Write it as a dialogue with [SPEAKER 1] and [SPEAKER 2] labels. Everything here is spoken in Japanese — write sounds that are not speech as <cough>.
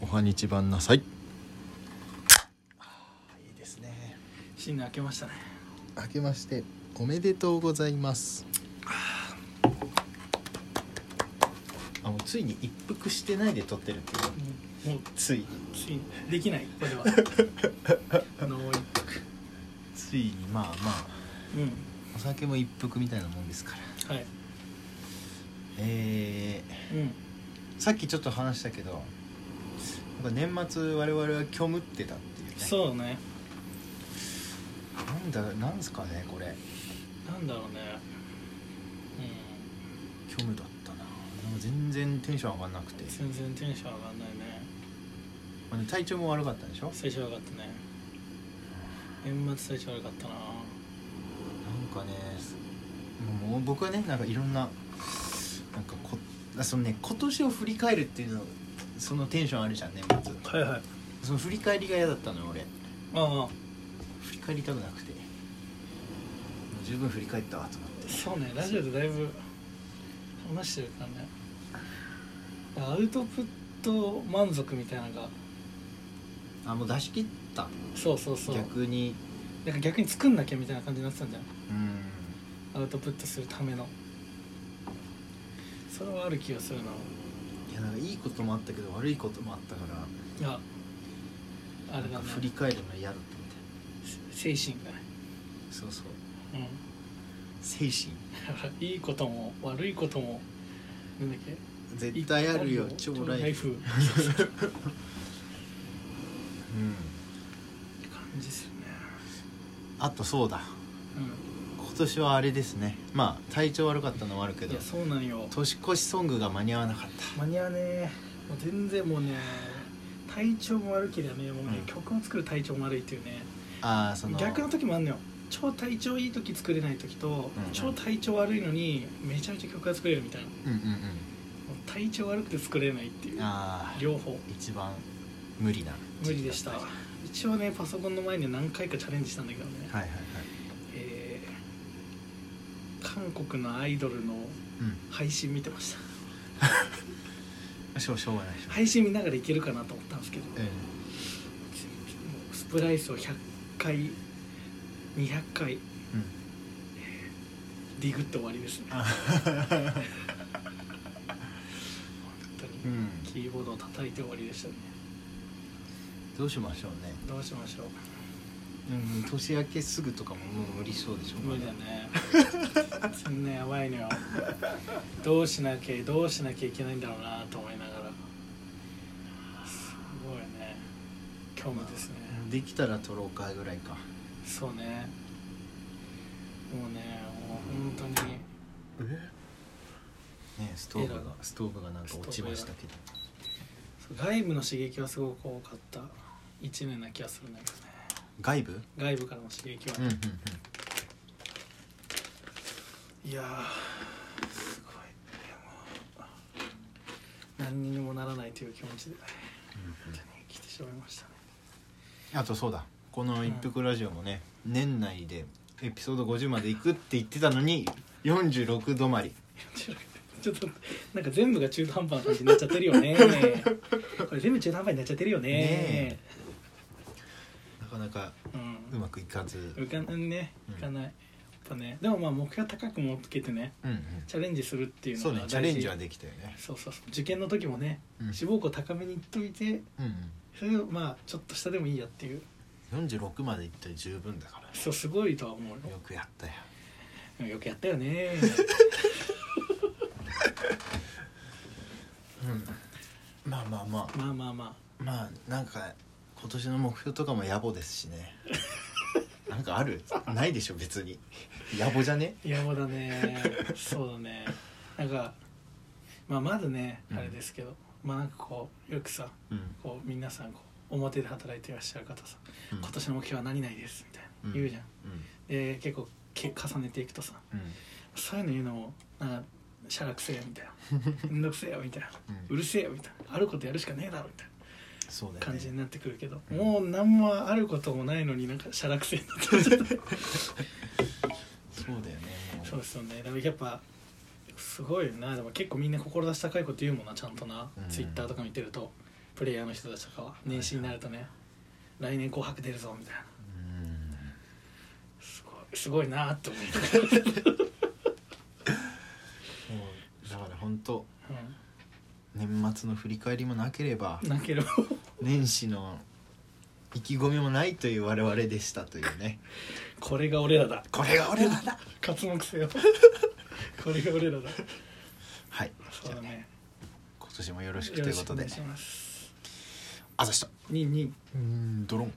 [SPEAKER 1] おはにちばんなさいあーいいですね
[SPEAKER 2] 新年明けましたね
[SPEAKER 1] 明けましておめでとうございますあもうついに一服してないで撮ってるっていう
[SPEAKER 2] もう
[SPEAKER 1] ついに
[SPEAKER 2] ついできないこれはあの一服
[SPEAKER 1] ついにまあまあ
[SPEAKER 2] うん
[SPEAKER 1] お酒も一服みたいなもんですから
[SPEAKER 2] はい
[SPEAKER 1] え
[SPEAKER 2] うん
[SPEAKER 1] ー、さっきちょっと話したけどなんか年末我々は虚無ってたっていうね
[SPEAKER 2] そうだね
[SPEAKER 1] なんだなんすかねこれ
[SPEAKER 2] なんだろうね
[SPEAKER 1] 虚無だったななんか全然テンション上がんなくて
[SPEAKER 2] うん、全然テンション上がんないね
[SPEAKER 1] まあね体調も悪かったでしょ
[SPEAKER 2] 最初上がったね年末最初悪かったな
[SPEAKER 1] なんかねもう僕はねなんかいろんななんかこあそのね今年を振り返るっていうのそのテンションあるじゃん年末
[SPEAKER 2] はいはい
[SPEAKER 1] その振り返りが嫌だったのよ俺
[SPEAKER 2] あ
[SPEAKER 1] 振り返りたくなくてもう十分振り返ったわと思って
[SPEAKER 2] あそうねラジオでだいぶ話してるからねアウトプット満足みたいなのが
[SPEAKER 1] あもう出し切った
[SPEAKER 2] そうそうそう
[SPEAKER 1] 逆に
[SPEAKER 2] なんか逆に作んなきゃみたいな感じになってたんじゃん
[SPEAKER 1] うん
[SPEAKER 2] アウトプットするためのそれはある気がするない
[SPEAKER 1] やなんかいいこともあったけど悪いこともあったから
[SPEAKER 2] いやあれだ
[SPEAKER 1] なん
[SPEAKER 2] ね
[SPEAKER 1] か振り返るの嫌だったみたい
[SPEAKER 2] 精神がね
[SPEAKER 1] なそうそう精神
[SPEAKER 2] うんいいことも悪いこともなんだっけ
[SPEAKER 1] 絶対あるよ
[SPEAKER 2] 一
[SPEAKER 1] 超
[SPEAKER 2] 個あるよ
[SPEAKER 1] ライフ
[SPEAKER 2] 超
[SPEAKER 1] <laughs> うん
[SPEAKER 2] って感じですよね
[SPEAKER 1] あとそうだ今年はあれですねまあ体調悪かったのもあるけ
[SPEAKER 2] うんい
[SPEAKER 1] ど
[SPEAKER 2] やそうなんよ
[SPEAKER 1] 年越しソングが間に合わなかった
[SPEAKER 2] 間に合わねえもう全然もうね体調も悪けりゃねもうね、
[SPEAKER 1] うん
[SPEAKER 2] 曲を作る体調も悪いっていうね
[SPEAKER 1] ああその
[SPEAKER 2] 逆の時もあんのよ超体調いい時作れない時と、
[SPEAKER 1] んうん
[SPEAKER 2] 超体調悪いのにめちゃめちゃ曲が作れるみたいなも
[SPEAKER 1] うんうん
[SPEAKER 2] う体調悪くて作れないってい
[SPEAKER 1] うん
[SPEAKER 2] う
[SPEAKER 1] ああ
[SPEAKER 2] 両方
[SPEAKER 1] 一番無理な
[SPEAKER 2] 無理でした
[SPEAKER 1] はい
[SPEAKER 2] 一応ねパソコンの前には何回かチャレンジしたんだけどね、
[SPEAKER 1] はいはい
[SPEAKER 2] えー韓国のアイドルの
[SPEAKER 1] うん
[SPEAKER 2] 配信見てました
[SPEAKER 1] しょうしょうがないでしょ
[SPEAKER 2] 配信見ながらいけるかなと思ったんですけど
[SPEAKER 1] うん
[SPEAKER 2] スプライスを100回200回
[SPEAKER 1] うん
[SPEAKER 2] ディグって終わりですね本
[SPEAKER 1] あ
[SPEAKER 2] 当 <laughs> に、
[SPEAKER 1] うん
[SPEAKER 2] キーボードを叩いて終わりでしたね
[SPEAKER 1] どうしましょうね
[SPEAKER 2] どうしましょう
[SPEAKER 1] うん年明けすぐとかももう無理そうでしょ
[SPEAKER 2] 無理だねそんなやばいのよどうしなきゃどうしなきゃいけないんだろうなと思いながらすごいね今日もですね
[SPEAKER 1] できたら撮ろうかぐらいか
[SPEAKER 2] そうねもうねもう本当に
[SPEAKER 1] ねストーブ
[SPEAKER 2] えら
[SPEAKER 1] がストーブがなんか落ちましたけど
[SPEAKER 2] そう外部の刺激はすごく多かった1年な気がするんだけどね
[SPEAKER 1] 外部
[SPEAKER 2] 外部からの刺激は、
[SPEAKER 1] うんうんうん
[SPEAKER 2] いやーすごいいやもう何にもならないという気持ちで本当に来てしまいましたね
[SPEAKER 1] あとそうだこの「一服ラジオ」もね、年内でエピソード50まで行くって言ってたのに46止まり
[SPEAKER 2] ちょっとなんか全部が中途半端な感じになっちゃってるよねこれ全部中途半端になっちゃってるよね
[SPEAKER 1] ねなかなか
[SPEAKER 2] う
[SPEAKER 1] うんまくいかず
[SPEAKER 2] 浮かないね
[SPEAKER 1] うん
[SPEAKER 2] 浮かない、やっぱねでもまあ目標高く持っけてね
[SPEAKER 1] うん、
[SPEAKER 2] チャレンジするっ
[SPEAKER 1] う
[SPEAKER 2] てい
[SPEAKER 1] ん、
[SPEAKER 2] う
[SPEAKER 1] そ
[SPEAKER 2] の
[SPEAKER 1] う
[SPEAKER 2] が
[SPEAKER 1] ね
[SPEAKER 2] 大事
[SPEAKER 1] チャレンジはできたよね
[SPEAKER 2] そうそうそう受験の時もね、
[SPEAKER 1] うん
[SPEAKER 2] 志望校高めにいっといて
[SPEAKER 1] うん
[SPEAKER 2] それをまあちょっと下でもいいやっていう
[SPEAKER 1] うん、46まで行ったら十分だから
[SPEAKER 2] そうすごいとは思う
[SPEAKER 1] よくやったよ
[SPEAKER 2] よよくやったよね
[SPEAKER 1] <laughs> うんまあまあま
[SPEAKER 2] まあまあま
[SPEAKER 1] あまあなんか今年の目標とかも野暮ですしね <laughs> なんかあるないでしょ別に野暮じゃね
[SPEAKER 2] あ野暮だねそうだねなんか、まあ、まずね
[SPEAKER 1] うん
[SPEAKER 2] あれですけど、まあなんかこうよくさ
[SPEAKER 1] うん
[SPEAKER 2] こう皆さんこう表で働いていらっしゃる方さ
[SPEAKER 1] うん
[SPEAKER 2] 今年の目標は何々ですみたいな言うじゃん、で結構け重ねていくとさ
[SPEAKER 1] うん
[SPEAKER 2] そういうの言うのもなんかしゃらくせえよみたい
[SPEAKER 1] <laughs>
[SPEAKER 2] なめんどくせえよみたいな
[SPEAKER 1] うん、う、
[SPEAKER 2] うんるせえよみたいなあることやるしかねえだろみたい
[SPEAKER 1] そうだ
[SPEAKER 2] な
[SPEAKER 1] よ
[SPEAKER 2] 感
[SPEAKER 1] ね
[SPEAKER 2] じになってくるけど、
[SPEAKER 1] うん
[SPEAKER 2] もう何もあることもないのになんかしゃらくせえになってる
[SPEAKER 1] そうだよねもう
[SPEAKER 2] そうですよねでもやっぱすごいよなでも結構みんな志高いこと言うもんなちゃんとな、
[SPEAKER 1] うん
[SPEAKER 2] ツイッターとか見てるとプレイヤーの人たちとかは年始になるとね来年「紅白」出るぞみたいなすごいすごいなーって思いなが
[SPEAKER 1] もうだから本当
[SPEAKER 2] ら、
[SPEAKER 1] 年末の振り返りもなければ
[SPEAKER 2] うん、なければ
[SPEAKER 1] 年始の意気込みもないという我々でしたというね
[SPEAKER 2] これが俺らだ
[SPEAKER 1] これが俺らだ
[SPEAKER 2] 活目
[SPEAKER 1] <laughs>
[SPEAKER 2] せよこれが俺らだ
[SPEAKER 1] はい
[SPEAKER 2] そ
[SPEAKER 1] じ
[SPEAKER 2] う
[SPEAKER 1] ゃあ
[SPEAKER 2] だ
[SPEAKER 1] ね
[SPEAKER 2] ね
[SPEAKER 1] 今年もよろしく
[SPEAKER 2] よ
[SPEAKER 1] という
[SPEAKER 2] ろ
[SPEAKER 1] こ
[SPEAKER 2] しく
[SPEAKER 1] と
[SPEAKER 2] お
[SPEAKER 1] で
[SPEAKER 2] 願いします
[SPEAKER 1] あざした
[SPEAKER 2] にに
[SPEAKER 1] うんドロン